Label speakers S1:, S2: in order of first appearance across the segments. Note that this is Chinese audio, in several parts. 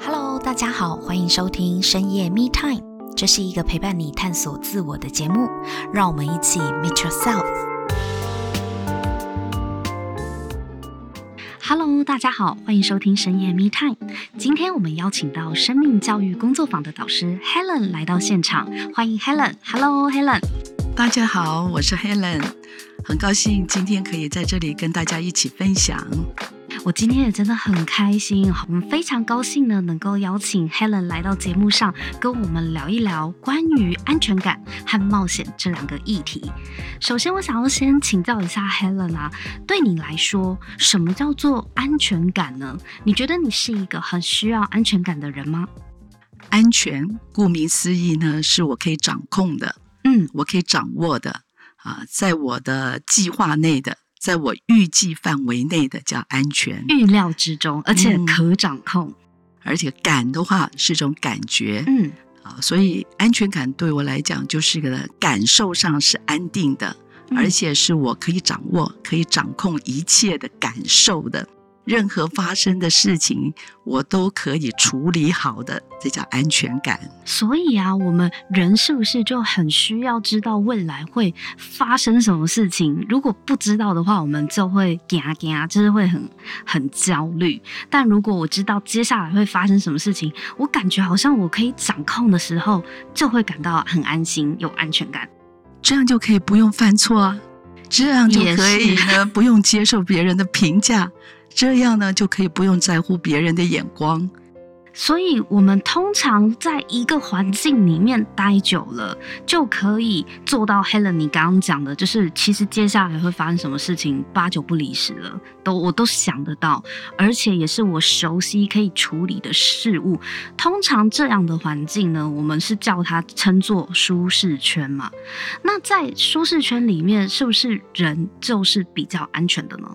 S1: Hello，大家好，欢迎收听深夜 Me Time，这是一个陪伴你探索自我的节目，让我们一起 Meet Yourself。Hello，大家好，欢迎收听深夜 Me Time。今天我们邀请到生命教育工作坊的导师 Helen 来到现场，欢迎 Helen。Hello，Helen。
S2: 大家好，我是 Helen，很高兴今天可以在这里跟大家一起分享。
S1: 我今天也真的很开心，我们非常高兴呢，能够邀请 Helen 来到节目上，跟我们聊一聊关于安全感和冒险这两个议题。首先，我想要先请教一下 Helen 啊，对你来说，什么叫做安全感呢？你觉得你是一个很需要安全感的人吗？
S2: 安全，顾名思义呢，是我可以掌控的，
S1: 嗯
S2: 我可以掌握的啊，在我的计划内的，在我预计范围内的叫安全。
S1: 预料之中，而且可掌控。
S2: 而且感的话是一种感觉
S1: 嗯
S2: 啊，所以安全感对我来讲就是一个感受上是安定的，
S1: 嗯
S2: 而且是我可以掌握、可以掌控一切的感受的，任何发生的事情我都可以处理好的，这叫安全感。
S1: 所以啊，我们人是不是就很需要知道未来会发生什么事情？如果不知道的话，我们就会嘎嘎，就是会很很焦虑。但如果我知道接下来会发生什么事情，我感觉好像我可以掌控的时候，就会感到很安心，有安全感。
S2: 这样就可以不用犯错啊，这样就
S1: 也
S2: 可以
S1: 是
S2: 呢，不用接受别人的评价，这样呢就可以不用在乎别人的眼光。
S1: 所以，我们通常在一个环境里面待久了，就可以做到 Helen 你刚刚讲的，就是其实接下来会发生什么事情，八九不离十了，都我都想得到，而且也是我熟悉可以处理的事物。通常这样的环境呢，我们是叫它称作舒适圈嘛。那在舒适圈里面，是不是人就是比较安全的呢？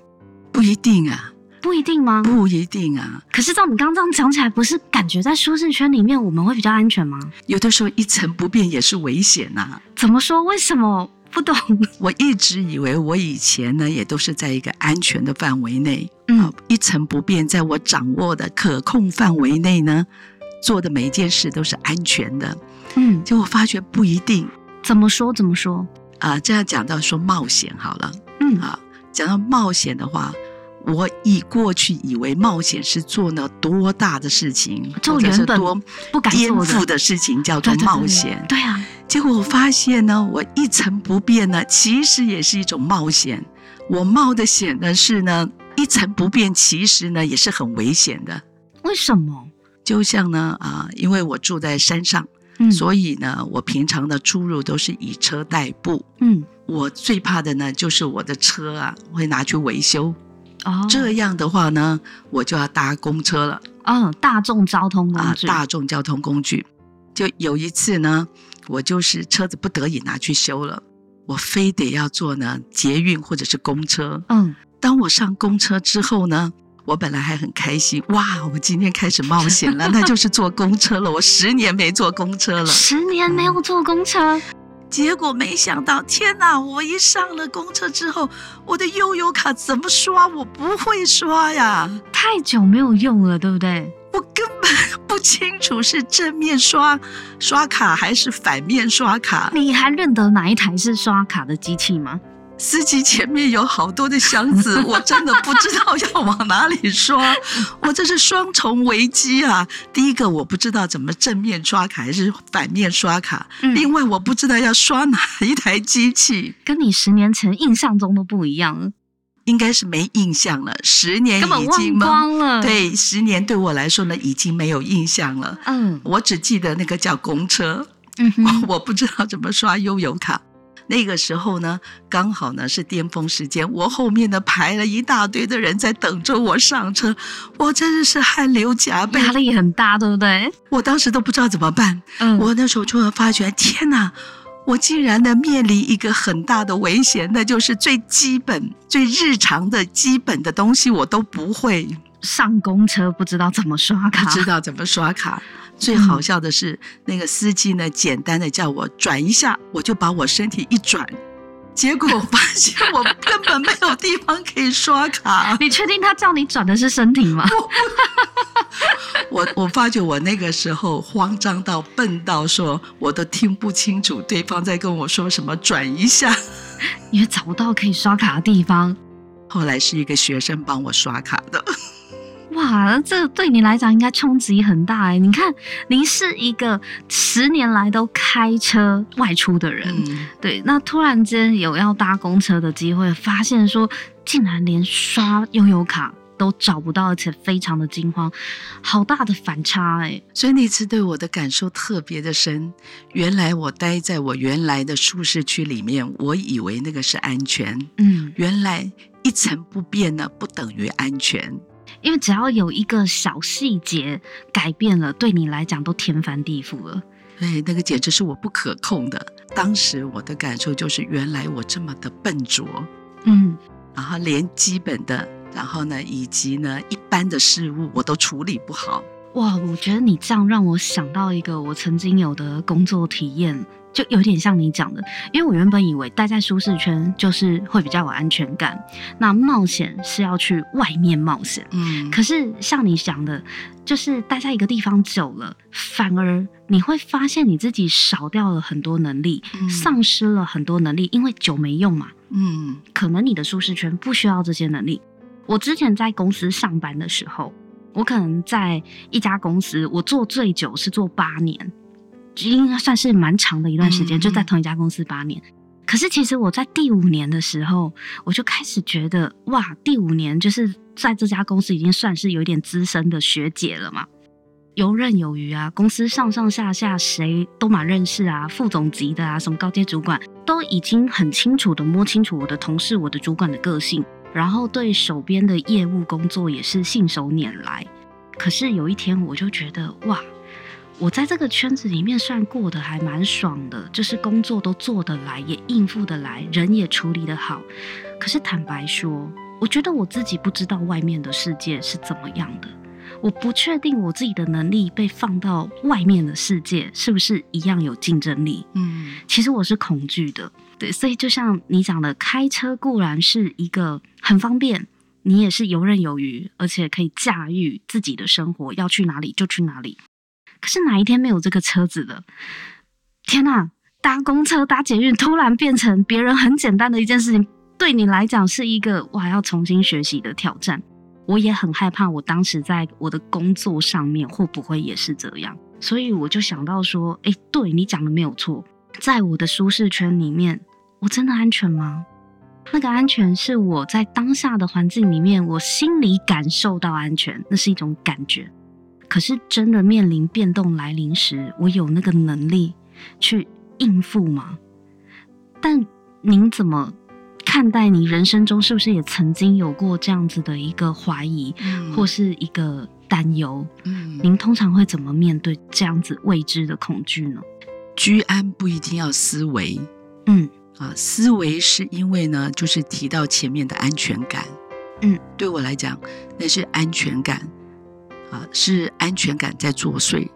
S2: 不一定啊，
S1: 不一定吗？
S2: 不一定啊，
S1: 可是照你刚刚这样讲起来，不是感觉在舒适圈里面我们会比较安全吗？
S2: 有的时候一成不变也是危险呐、啊
S1: 怎么说？为什么不懂？
S2: 我一直以为我以前呢也都是在一个安全的范围内，
S1: 嗯
S2: 啊，一成不变，在我掌握的可控范围内呢，做的每一件事都是安全的。
S1: 嗯，
S2: 结果发觉不一定
S1: 怎么说？怎么说？
S2: 啊。这样讲到说冒险好了
S1: 嗯
S2: 啊，讲到冒险的话。我以过去以为冒险是做了多大的事情，
S1: 做
S2: 或者是
S1: 原本
S2: 多
S1: 不敢
S2: 颠
S1: 做的
S2: 覆的事情，叫做冒险。
S1: 对啊，
S2: 结果我发现呢，我一成不变呢，其实也是一种冒险。我冒的险呢是呢，一成不变，其实呢也是很危险的。
S1: 为什么？
S2: 就像呢啊、因为我住在山上，
S1: 嗯
S2: 所以呢，我平常的出入都是以车代步。
S1: 嗯
S2: 我最怕的呢，就是我的车啊会拿去维修。
S1: 哦，
S2: 这样的话呢，我就要搭公车了
S1: 嗯大众交通工
S2: 啊，
S1: 具
S2: 大众交通工具。就有一次呢，我就是车子不得已拿去修了，我非得要坐呢捷运或者是公车。
S1: 嗯
S2: 当我上公车之后呢，我本来还很开心，哇，我今天开始冒险了，那就是坐公车了。我十年没坐公车了，
S1: 十年没有坐公车，
S2: 结果没想到，天哪！我一上了公车之后，我的悠游卡怎么刷？我不会刷呀。
S1: 太久没有用了，对不对？
S2: 我根本不清楚是正面刷刷卡还是反面刷卡。
S1: 你还认得哪一台是刷卡的机器吗？
S2: 司机前面有好多的 箱子，我真的不知道要往哪里刷，我这是双重危机啊！第一个我不知道怎么正面刷卡还是反面刷卡，
S1: 嗯
S2: 另外我不知道要刷哪一台机器，
S1: 跟你十年前印象中都不一样了，
S2: 应该是没印象了，十年
S1: 根本
S2: 哎已经
S1: 忘
S2: 吗？
S1: 光了。，
S2: 对，十年对我来说呢已经没有印象了，
S1: 嗯
S2: 我只记得那个叫公车。
S1: 嗯 哼，
S2: 我我不知道怎么刷悠游卡。那个时候呢，刚好呢是巅峰时间，我后面呢排了一大堆的人在等着我上车，我真的是汗流浃背，
S1: 压力很大，对不对？
S2: 我当时都不知道怎么办。
S1: 嗯，
S2: 我那时候突然发觉，天哪！我竟然呢面临一个很大的危险，那就是最基本、最日常的基本的东西我都不会。
S1: 上公车不知道怎么刷
S2: 不
S1: 卡，
S2: 知道怎么刷卡。最好笑的是，那个司机呢，简单的叫我转一下，我就把我身体一转，结果我发现我根本没有地方可以刷卡。
S1: 你确定他叫你转的是身体吗？
S2: 我我发觉我那个时候慌张到笨到说，我都听不清楚对方在跟我说什么，转一下。
S1: 因为找不到可以刷卡的地方。
S2: 后来是一个学生帮我刷卡的，
S1: 哇，这对你来讲应该冲击很大哎、你看，您是一个十年来都开车外出的人，
S2: 嗯，
S1: 对，那突然间有要搭公车的机会，发现说竟然连刷悠游卡都找不到，而且非常的惊慌，好大的反差哎、
S2: 所以那次对我的感受特别的深。原来我待在我原来的舒适区里面，我以为那个是安全，
S1: 嗯，
S2: 原来一成不变呢，不等于安全。
S1: 因为只要有一个小细节改变了，对你来讲都天翻地覆了。
S2: 对，哎那个简直是我不可控的。当时我的感受就是，原来我这么的笨拙，
S1: 嗯，
S2: 然后连基本的，然后呢，以及呢一般的事物我都处理不好。
S1: 哇，我觉得你这样让我想到一个我曾经有的工作体验，就有点像你讲的，因为我原本以为待在舒适圈就是会比较有安全感，那冒险是要去外面冒险。
S2: 嗯
S1: 可是像你讲的，就是待在一个地方久了，反而你会发现你自己少掉了很多能力，
S2: 嗯
S1: 丧失了很多能力，因为久没用嘛。
S2: 嗯
S1: 可能你的舒适圈不需要这些能力。我之前在公司上班的时候，我可能在一家公司，我做最久是做八年，应该算是蛮长的一段时间，
S2: 嗯
S1: 就在同一家公司八年。可是其实我在第五年的时候，我就开始觉得，哇，第五年就是在这家公司已经算是有一点资深的学姐了嘛。游刃有余啊，公司上上下下谁都蛮认识啊，副总级的啊，什么高阶主管都已经很清楚的摸清楚我的同事、我的主管的个性，然后对手边的业务工作也是信手拈来。可是有一天，我就觉得哇，我在这个圈子里面算过得还蛮爽的，就是工作都做得来，也应付得来，人也处理得好。可是坦白说，我觉得我自己不知道外面的世界是怎么样的。我不确定我自己的能力被放到外面的世界是不是一样有竞争力。
S2: 嗯
S1: 其实我是恐惧的，对，所以就像你讲的，开车固然是一个很方便，你也是游刃有余，而且可以驾驭自己的生活，要去哪里就去哪里。可是哪一天没有这个车子了，天呐，搭公车、搭捷运突然变成别人很简单的一件事情，对你来讲是一个哇要重新学习的挑战。我也很害怕，我当时在我的工作上面会不会也是这样，所以我就想到说，诶，对你讲的没有错，在我的舒适圈里面，我真的安全吗？那个安全是我在当下的环境里面，我心里感受到安全，那是一种感觉。可是真的面临变动来临时，我有那个能力去应付吗？但您怎么看待你人生中是不是也曾经有过这样子的一个怀疑，
S2: 嗯
S1: 或是一个担忧？
S2: 嗯，
S1: 您通常会怎么面对这样子未知的恐惧呢？
S2: 居安不一定要思维
S1: 嗯
S2: 啊，思维是因为呢，就是提到前面的安全感。
S1: 嗯，
S2: 对我来讲，那是安全感啊，是安全感在作祟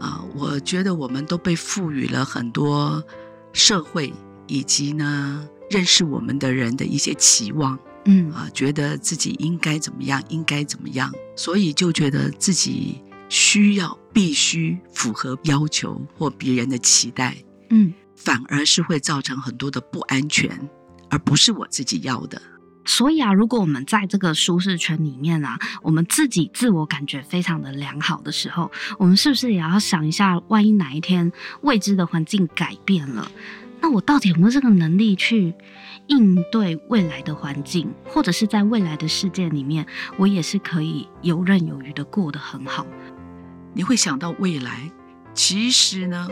S2: 啊。我觉得我们都被赋予了很多社会以及呢认识我们的人的一些期望。
S1: 嗯
S2: 啊，觉得自己应该怎么样，应该怎么样，所以就觉得自己需要必须符合要求或别人的期待，
S1: 嗯，
S2: 反而是会造成很多的不安全，而不是我自己要的。
S1: 所以啊，如果我们在这个舒适圈里面啊，我们自己自我感觉非常的良好的时候，我们是不是也要想一下，万一哪一天未知的环境改变了，那我到底有没有这个能力去应对未来的环境，或者是在未来的世界里面，我也是可以游刃有余的过得很好。
S2: 你会想到未来，其实呢，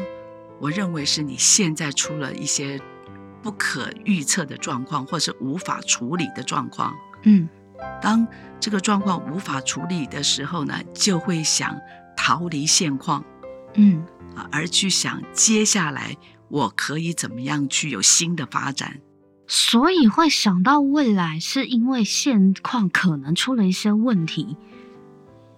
S2: 我认为是你现在出了一些不可预测的状况，或是无法处理的状况。
S1: 嗯
S2: 当这个状况无法处理的时候呢，就会想逃离现况。
S1: 嗯
S2: 啊，而去想接下来我可以怎么样去有新的发展。
S1: 所以会想到未来，是因为现况可能出了一些问题，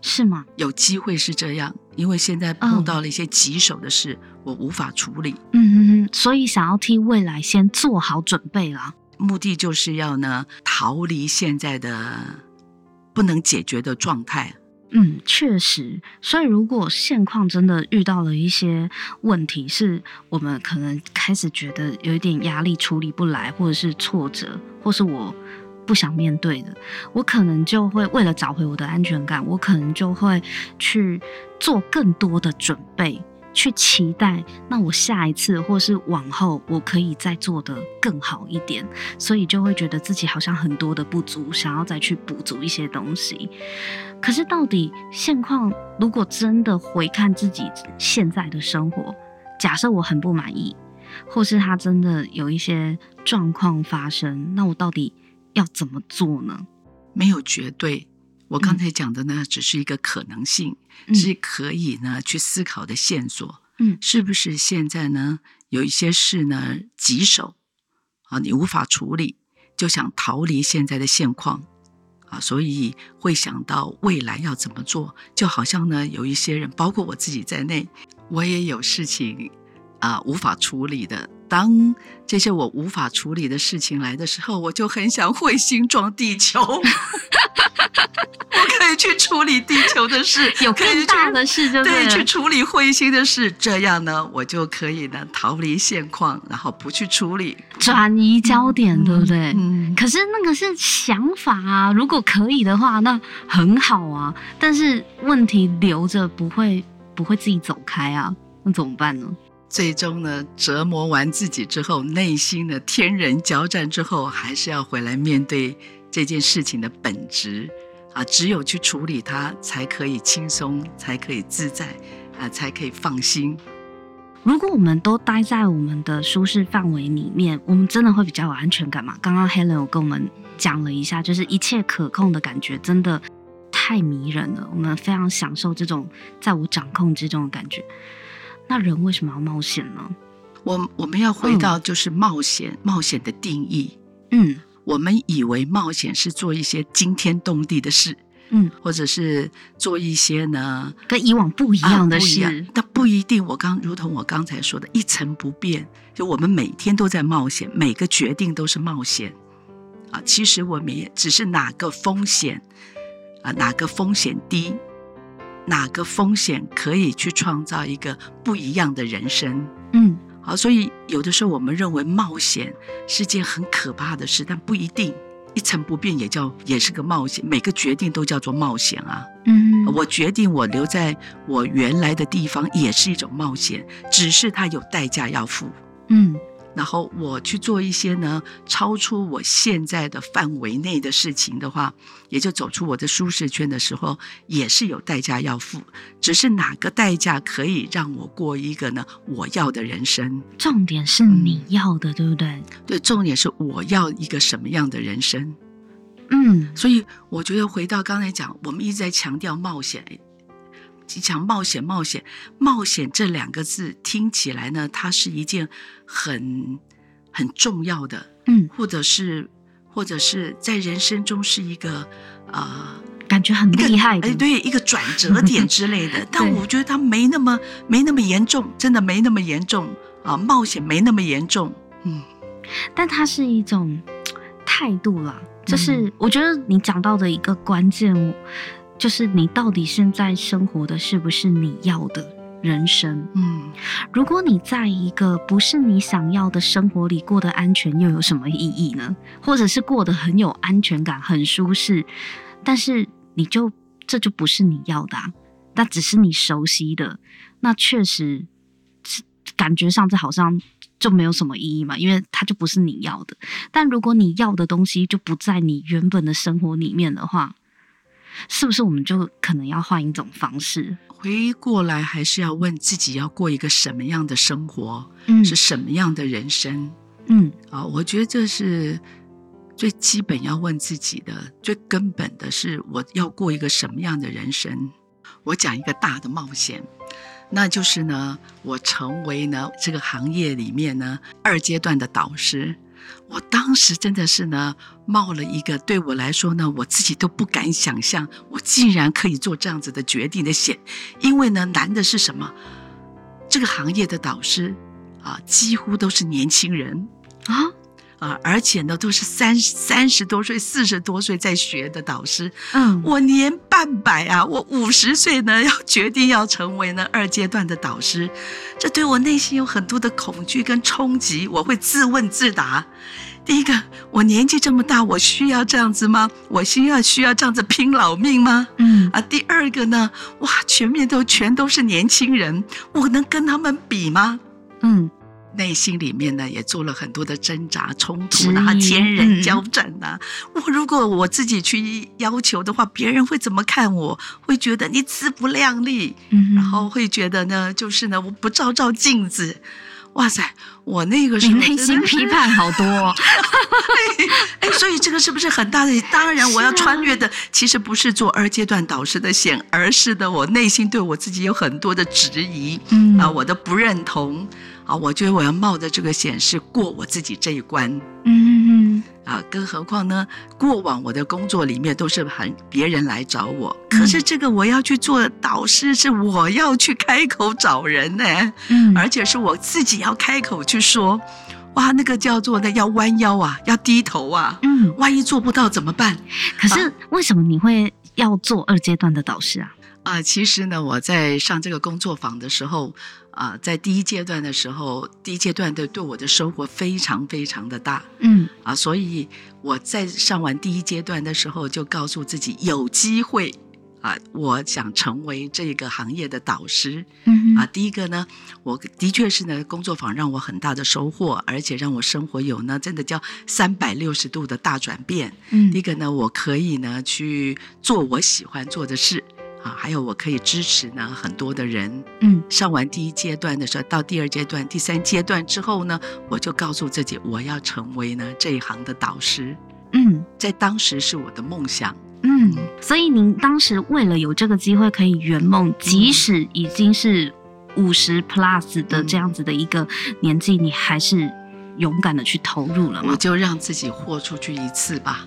S1: 是吗？
S2: 有机会是这样，因为现在
S1: 嗯
S2: 碰到了一些棘手的事，我无法处理。
S1: 嗯嗯嗯，所以想要替未来先做好准备啦。
S2: 目的就是要呢逃离现在的不能解决的状态，
S1: 嗯，确实。所以，如果现况真的遇到了一些问题，是我们可能开始觉得有一点压力处理不来，或者是挫折，或是我不想面对的，我可能就会为了找回我的安全感，我可能就会去做更多的准备，去期待那我下一次或是往后我可以再做得更好一点，所以就会觉得自己好像很多的不足，想要再去补足一些东西。可是到底现况，如果真的回看自己现在的生活，假设我很不满意，或是他真的有一些状况发生，那我到底要怎么做呢？
S2: 没有绝对。我刚才讲的呢，只是一个可能性，
S1: 嗯
S2: 是可以呢去思考的线索。
S1: 嗯
S2: 是不是现在呢有一些事呢棘手啊，你无法处理，就想逃离现在的现况啊，所以会想到未来要怎么做。就好像呢，有一些人，包括我自己在内，我也有事情啊无法处理的。当这些我无法处理的事情来的时候，我就很想彗星撞地球， 我可以去处理地球的事，
S1: 有
S2: 可以
S1: 更
S2: 去
S1: 大的事就
S2: 对，
S1: 了
S2: 去处理彗星的事，这样呢，我就可以呢逃离现况，然后不去处理，
S1: 转移焦点，对不对？
S2: 嗯，
S1: 可是那个是想法啊，如果可以的话，那很好啊。但是问题留着不会不会自己走开啊，那怎么办呢？
S2: 最终呢，折磨完自己之后，内心的天人交战之后，还是要回来面对这件事情的本质啊，只有去处理它，才可以轻松，才可以自在，啊，才可以放心。
S1: 如果我们都待在我们的舒适范围里面，我们真的会比较有安全感嘛？刚刚 Helen 有跟我们讲了一下，就是一切可控的感觉真的太迷人了，我们非常享受这种在我掌控之中的感觉。那人为什么要冒险呢？
S2: 我我们要回
S1: 嗯
S2: 到就是冒险，冒险的定义。
S1: 嗯
S2: 我们以为冒险是做一些惊天动地的事，
S1: 嗯，
S2: 或者是做一些呢
S1: 跟以往不一
S2: 一
S1: 样的
S2: 啊不一
S1: 是，
S2: 样那不一定。我刚如同我刚才说的，一成不变，就我们每天都在冒险，每个决定都是冒险啊。其实我们也只是哪个风险啊，哪个风险低，哪个风险可以去创造一个不一样的人生。
S1: 嗯
S2: 好，所以有的时候我们认为冒险是件很可怕的事，但不一定。一成不变也叫也是个冒险，每个决定都叫做冒险啊。
S1: 嗯，
S2: 我决定我留在我原来的地方也是一种冒险，只是它有代价要付。
S1: 嗯
S2: 然后我去做一些呢超出我现在的范围内的事情的话，也就走出我的舒适圈的时候，也是有代价要付。只是哪个代价可以让我过一个呢我要的人生？
S1: 重点是
S2: 嗯
S1: 你要的，对不对？
S2: 对，重点是我要一个什么样的人生。
S1: 嗯
S2: 所以我觉得回到刚才讲，我们一直在强调冒险，诶讲冒险、冒险、冒险这两个字听起来呢，它是一件很很重要的，
S1: 嗯，
S2: 或者是或者是在人生中是一个呃
S1: 感觉很
S2: 一个
S1: 厉害的，
S2: 哎，对，一个转折点之类 的。但
S1: 对
S2: 我觉得它没那么没那么严重，真的没那么严重啊，冒险没那么严重。嗯，
S1: 但它是一种嘖态度啦。就是
S2: 嗯
S1: 我觉得你讲到的一个关键，就是你到底现在生活的是不是你要的人生？
S2: 嗯，
S1: 如果你在一个不是你想要的生活里过得安全，又有什么意义呢？或者是过得很有安全感、很舒适，但是你就这就不是你要的、啊，那只是你熟悉的，那确实是感觉上这好像就没有什么意义嘛，因为它就不是你要的。但如果你要的东西就不在你原本的生活里面的话，是不是我们就可能要换一种方式？
S2: 回过来还是要问自己要过一个什么样的生活。
S1: 嗯
S2: 是什么样的人生
S1: 嗯
S2: 啊？我觉得这是最基本要问自己的，最根本的是我要过一个什么样的人生。我讲一个大的冒险，那就是呢，我成为呢这个行业里面呢二阶段的导师。我当时真的是呢，冒了一个对我来说呢，我自己都不敢想象，我竟然可以做这样子的决定的险。因为呢，难的是什么？这个行业的导师啊，几乎都是年轻人
S1: 啊
S2: 啊，而且呢，都是三三十多岁、四十多岁在学的导师。
S1: 嗯
S2: 我连半半百啊，我五十岁呢，要决定要成为呢二阶段的导师，这对我内心有很多的恐惧跟冲击，我会自问自答。第一个，我年纪这么大，我需要这样子吗？我需要需要这样子拼老命吗？
S1: 嗯，
S2: 啊，第二个呢，哇，全面都全都是年轻人，我能跟他们比吗？
S1: 嗯，
S2: 内心里面呢，也做了很多的挣扎、冲突
S1: 质
S2: 啊、
S1: 疑
S2: 天人交
S1: 嗯
S2: 战呐、啊我如果我自己去要求的话，别人会怎么看我？会觉得你自不量力，
S1: 嗯
S2: 然后会觉得呢，就是呢，我不照照镜子。哇塞，我那个时
S1: 你
S2: 候
S1: 内
S2: 真
S1: 心
S2: 的是
S1: 批判好 多、哦，
S2: 哎，所以这个是不是很大 的？当然，我要
S1: 是啊
S2: 穿越的、其实不是做二阶段导师的险，而是的我内心对我自己有很多的质疑
S1: 嗯
S2: 啊、我的不认同啊，我觉得我要冒着这个险是过我自己这一关。
S1: 嗯嗯
S2: 啊，更何况呢，过往我的工作里面都是很别人来找我，
S1: 嗯
S2: 可是这个我要去做导师，是我要去开口找人呢、
S1: 嗯，
S2: 而且是我自己要开口去说，哇，那个叫做那要弯腰啊，要低头啊，
S1: 嗯，
S2: 万一做不到怎么办？
S1: 可是为什么你会要做二阶段的导师啊？
S2: 啊、其实呢，我在上这个工作坊的时候，啊、在第一阶段的时候，第一阶段的对我的收获非常非常的大
S1: 嗯
S2: 啊，所以我在上完第一阶段的时候，就告诉自己有机会啊，我想成为这个行业的导师。
S1: 嗯
S2: 啊，第一个呢，我的确是呢，工作坊让我很大的收获，而且让我生活有呢，真的叫三百六十度的大转变。
S1: 嗯
S2: 第一个呢，我可以呢去做我喜欢做的事。啊，还有我可以支持呢很多的人。
S1: 嗯
S2: 上完第一阶段的时候，到第二阶段、第三阶段之后呢，我就告诉自己，我要成为呢这一行的导师，
S1: 嗯
S2: 在当时是我的梦想。
S1: 嗯，所以您当时为了有这个机会可以圆
S2: 嗯
S1: 梦，即使已经是五十 plus
S2: 嗯
S1: 的这样子的一个年纪，你还是勇敢的去投入了
S2: 我
S1: 嘛？
S2: 就让自己豁出去一次吧。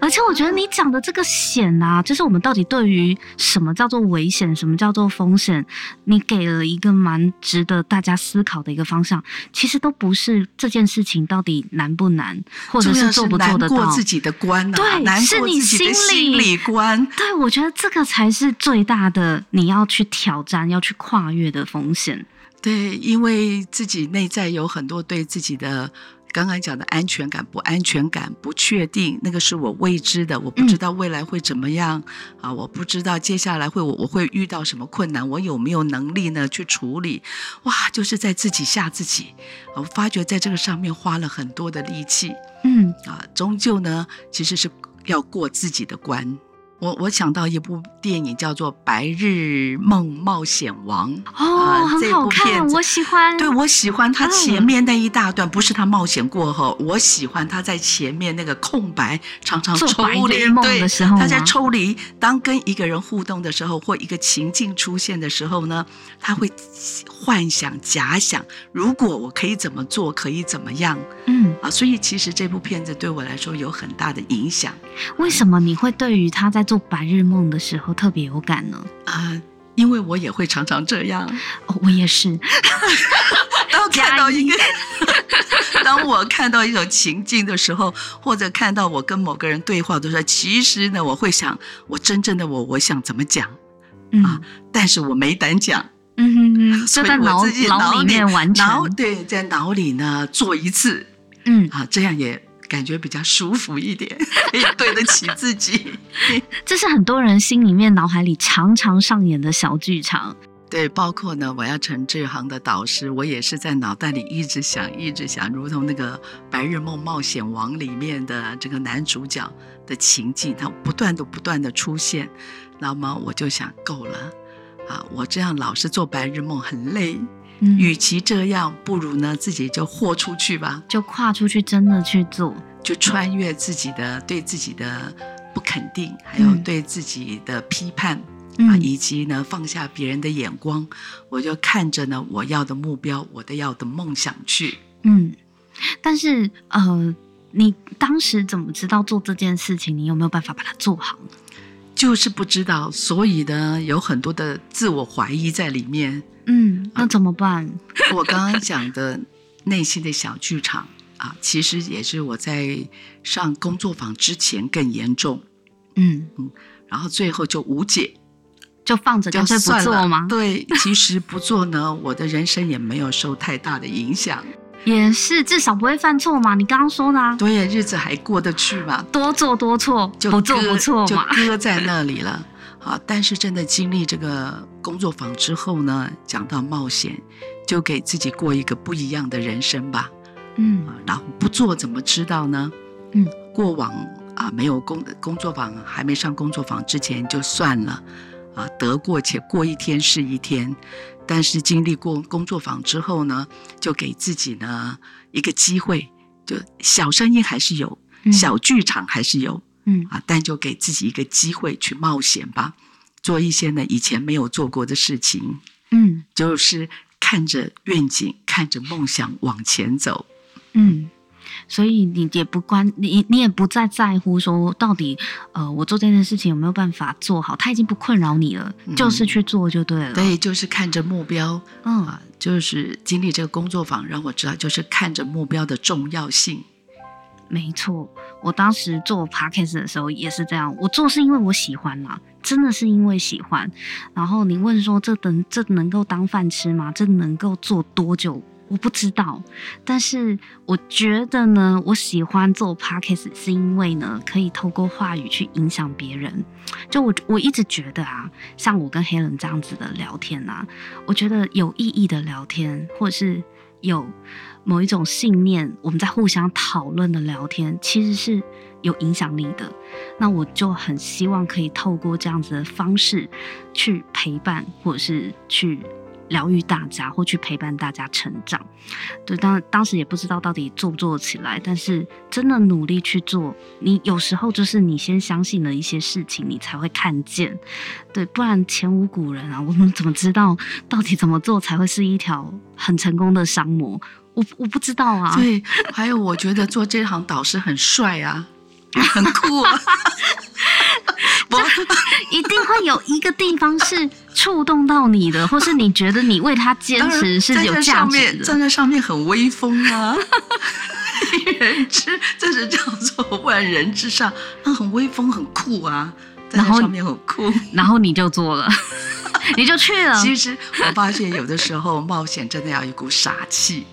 S1: 而且我觉得你讲的这个险啊，就是我们到底对于什么叫做危险，什么叫做风险，你给了一个蛮值得大家思考的一个方向。其实都不是这件事情到底难不难，或者
S2: 重要
S1: 做不
S2: 难
S1: 做得
S2: 过
S1: 到
S2: 自。己的关、啊，
S1: 对
S2: 难
S1: 是
S2: 过
S1: 你
S2: 自己的
S1: 心里
S2: 心理 关。
S1: 对，我觉得这个才是最大的你要去挑战、要去跨越的风险。
S2: 对，因为自己内在有很多对自己的。刚刚讲的安全感、不安全感、不确定，那个是我未知的，我不知道未来会怎么样、啊，我不知道接下来会我我会遇到什么困难，我有没有能力呢去处理？哇，就是在自己吓自己，啊我发觉在这个上面花了很多的力气。
S1: 嗯
S2: 啊，终究呢，其实是要过自己的关。我我想到一部电影叫做《白日梦冒险王》
S1: 哦，
S2: 啊
S1: 很
S2: 这
S1: 好
S2: 部片
S1: 看，
S2: 子
S1: 我喜欢。
S2: 对我喜欢他
S1: 嗯
S2: 前面那一大段，不是他冒险过后，我喜欢他在前面那个空白，常常
S1: 做
S2: 抽
S1: 白日
S2: 离，
S1: 梦
S2: 对
S1: 的时候
S2: 他在
S1: 吗
S2: 抽离，当跟一个人互动的时候，或一个情境出现的时候呢，他会幻想、假想，如果我可以怎么做，可以怎么样
S1: 嗯，
S2: 啊？所以其实这部片子对我来说有很大的影响。
S1: 为什么你会对于他在做白日梦的时候特别有感呢？
S2: 啊、因为我也会常常这样。
S1: 哦，我也是。
S2: 当
S1: 加
S2: 看到一个， 当我看到一种情境的时候，或者看到我跟某个人对话的时候，其实呢，我会想，我真正的我，我想怎么讲，
S1: 嗯
S2: 啊但是我没胆讲，
S1: 嗯哼 哼，就
S2: 所以
S1: 在脑
S2: 我自己
S1: 脑
S2: 脑
S1: 里面完
S2: 脑
S1: 成。
S2: 对，在脑里呢做一次
S1: 嗯，
S2: 啊，这样也感觉比较舒服一点，可以对得起自己。
S1: 这是很多人心里面、脑海里常常上演的小剧场。
S2: 对，包括呢，我要成这行的导师，我也是在脑袋里一直想，一直想，如同那个《白日梦冒险王》里面的这个男主角的情境，他不断的不断的出现，那么我就想，够了。啊，我这样老是做白日梦很累，
S1: 嗯，
S2: 与其这样，不如呢自己就豁出去吧，
S1: 就跨出去，真的去做。
S2: 就穿越自己的对自己的不肯定，还有
S1: 嗯
S2: 对自己的批判，啊，
S1: 嗯
S2: 以及呢放下别人的眼光，我就看着呢我要的目标，我的要的梦想去。
S1: 嗯，但是呃，你当时怎么知道做这件事情，你有没有办法把它做好呢？
S2: 就是不知道，所以呢，有很多的自我怀疑在里面。
S1: 嗯，那怎么办？
S2: 我刚刚讲的内心的小剧场啊，其实也是我在上工作坊之前更严重。
S1: 嗯
S2: 然后最后就无解，
S1: 就放着
S2: 就
S1: 干脆不
S2: 算了
S1: 做吗？
S2: 对，其实不做呢，我的人生也没有受太大的影响，
S1: 也是，至少不会犯错嘛。你刚刚说的啊，
S2: 对，日子还过得去嘛，
S1: 多做多错，
S2: 就
S1: 不做
S2: 搁
S1: 不错
S2: 就
S1: 嘛。
S2: 搁在那里了。好，但是真的经历这个工作坊之后呢，讲到冒险，就给自己过一个不一样的人生吧。
S1: 嗯
S2: 啊，然后不做怎么知道呢？
S1: 嗯，
S2: 过往啊没有工工作坊，还没上工作坊之前就算了，啊得过且过一天是一天。但是经历过工作坊之后呢，就给自己呢一个机会，就小声音还是有，
S1: 嗯
S2: 小剧场还是有，
S1: 嗯
S2: 啊，但就给自己一个机会去冒险吧，做一些呢以前没有做过的事情，
S1: 嗯
S2: 就是看着愿景，看着梦想往前走。
S1: 嗯，所以你也不关你，你也不再在乎说到底呃，我做这件事情有没有办法做好，它已经不困扰你了，
S2: 嗯
S1: 就是去做就对了。，
S2: 对，就是看着目标
S1: 嗯
S2: 啊，就是经历这个工作坊，让我知道就是看着目标的重要性。
S1: 没错，我当时做 podcast 的时候也是这样，我做是因为我喜欢啦，真的是因为喜欢。然后你问说这等这能够当饭吃吗？这能够做多久？我不知道，但是我觉得呢，我喜欢做 podcast 是因为呢，可以透过话语去影响别人。就我我一直觉得啊，像我跟 Helen 这样子的聊天啊，我觉得有意义的聊天，或者是有某一种信念，我们在互相讨论的聊天，其实是有影响力的。那我就很希望可以透过这样子的方式去陪伴，或者是去。疗愈大家，或去陪伴大家成长，对，当当时也不知道到底做不做得起来，但是真的努力去做，你有时候就是你先相信了一些事情，你才会看见，对，不然前无古人啊，我们怎么知道到底怎么做才会是一条很成功的商模？我我不知道啊，
S2: 对，还有我觉得做这行导师很帅啊， 很酷啊。我
S1: 一定会有一个地方是触动到你的，或是你觉得你为他坚
S2: 当然
S1: 持是
S2: 站
S1: 有
S2: 在
S1: 价
S2: 上
S1: 值
S2: 面，站
S1: 的。
S2: 在上面很威风啊。 人之，这是叫做不然人之上，啊，很威风，很酷啊，站
S1: 然
S2: 在
S1: 后
S2: 上面很酷。
S1: 然后你就做了， 你就去了，
S2: 其实我发现有的时候冒险真的要一股傻气。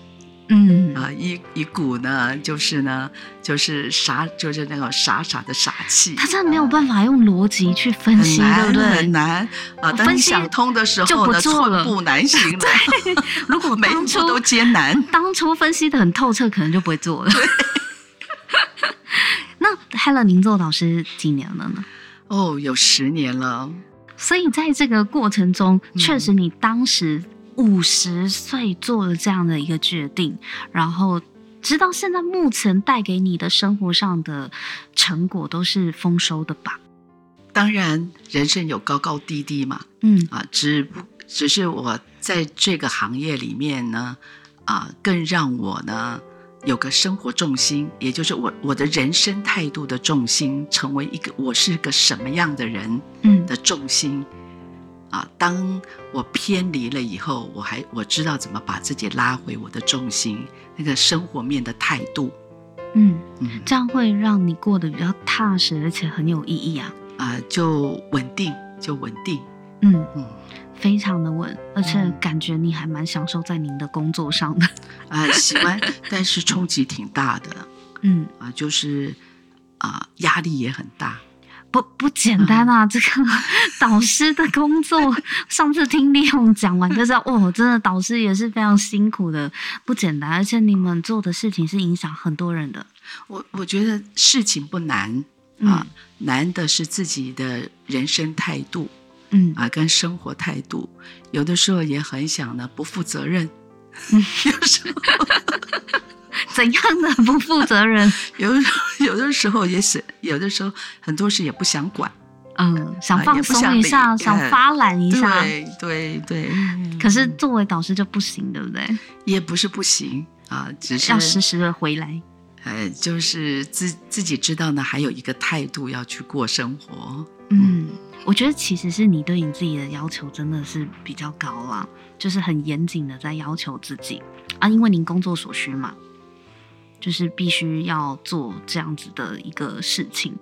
S1: 嗯，
S2: 啊，一一股呢，就是呢，就是傻，就是那种傻傻的傻气，
S1: 他真的没有办法用逻辑去分
S2: 很
S1: 析，对
S2: 难
S1: 不
S2: 很
S1: 对？
S2: 难啊。当
S1: 分
S2: 你
S1: 析
S2: 想通的时
S1: 就
S2: 候
S1: 不
S2: 呢，
S1: 做
S2: 寸
S1: 了
S2: 步 难行了。
S1: 如果
S2: 每一
S1: 当
S2: 步
S1: 初
S2: 都艰难，
S1: 当初分析的很透彻，可能就不会做了。 那 Helen，您做老师几年了呢？
S2: 哦，有十年了，
S1: 所以在这个过程中，
S2: 嗯
S1: 确实你当时五十岁做了这样的一个决定，然后直到现在目前带给你的生活上的成果都是丰收的吧？
S2: 当然人生有高高低低嘛，
S1: 嗯
S2: 啊，只不只是我在这个行业里面呢，啊，更让我呢有个生活重心，也就是我我的人生态度的重心，成为一个我是个什么样的人
S1: 嗯
S2: 的重心。啊，当我偏离了以后，我还我知道怎么把自己拉回我的重心，那个生活面的态度，
S1: 嗯，
S2: 嗯
S1: 这样会让你过得比较踏实，而且很有意义啊。
S2: 啊，就稳定，就稳定，
S1: 嗯，
S2: 嗯。
S1: 非常的稳，而且
S2: 嗯
S1: 感觉你还蛮享受在您的工作上的。
S2: 啊，喜欢，但是冲击挺大的。
S1: 嗯，
S2: 啊，就是啊，压力也很大。
S1: 不不简单
S2: 嗯
S1: 啊！这个 导师的工作，上次听利用讲完就知道，哦，真的导师也是非常辛苦的，不简单。而且你们做的事情是影响很多人的。
S2: 我我觉得事情不难啊，难的是自己的人生态度
S1: 嗯，
S2: 啊，跟生活态度。有的时候也很想呢，不负责任。有时候，
S1: 怎样的不负责 任？
S2: 有的时候有的时候也是，有的时候很多事也不想管。
S1: 嗯，想
S2: 啊
S1: 放
S2: 也不想
S1: 松一
S2: 理
S1: 下，
S2: 嗯
S1: 想发懒一下。
S2: 对对对，
S1: 可是作为导师就不行，对不对？
S2: 也不是不行啊，只嗯是
S1: 要时时的回来。
S2: 呃，就是自自己知道呢，还有一个态度要去过生活。
S1: 嗯，我觉得其实是你对你自己的要求真的是比较高啦，就是很严谨的在要求自己啊，因为您工作所需嘛，就是必须要做这样子的一个事情，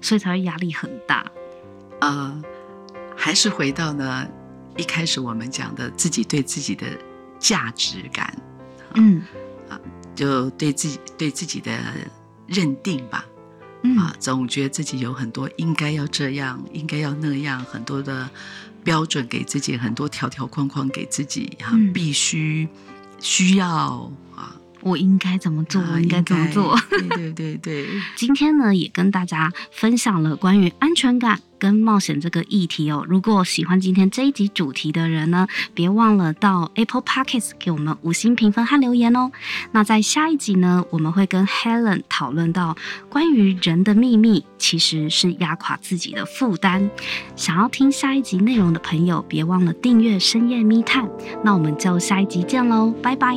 S1: 所以才会压力很大。
S2: 呃，还是回到呢一开始我们讲的自己对自己的价值感，
S1: 嗯
S2: 就对自己对自己的认定吧。
S1: 嗯
S2: 啊，总觉得自己有很多应该要这样，应该要那样，很多的标准给自己，很多条条框框给自己啊，
S1: 嗯
S2: 必须、需要啊，
S1: 我应该怎么做？
S2: 啊
S1: 我应该怎么做？？
S2: 对对对对，
S1: 今天呢，也跟大家分享了关于安全感跟冒险这个议题哦。如果喜欢今天这一集主题的人呢，别忘了到 Apple Podcasts 给我们五星评分和留言哦。那在下一集呢，我们会跟 Helen 讨论到关于人的秘密其实是压垮自己的负担。想要听下一集内容的朋友，别忘了订阅深夜密探。那我们就下一集见喽，拜拜。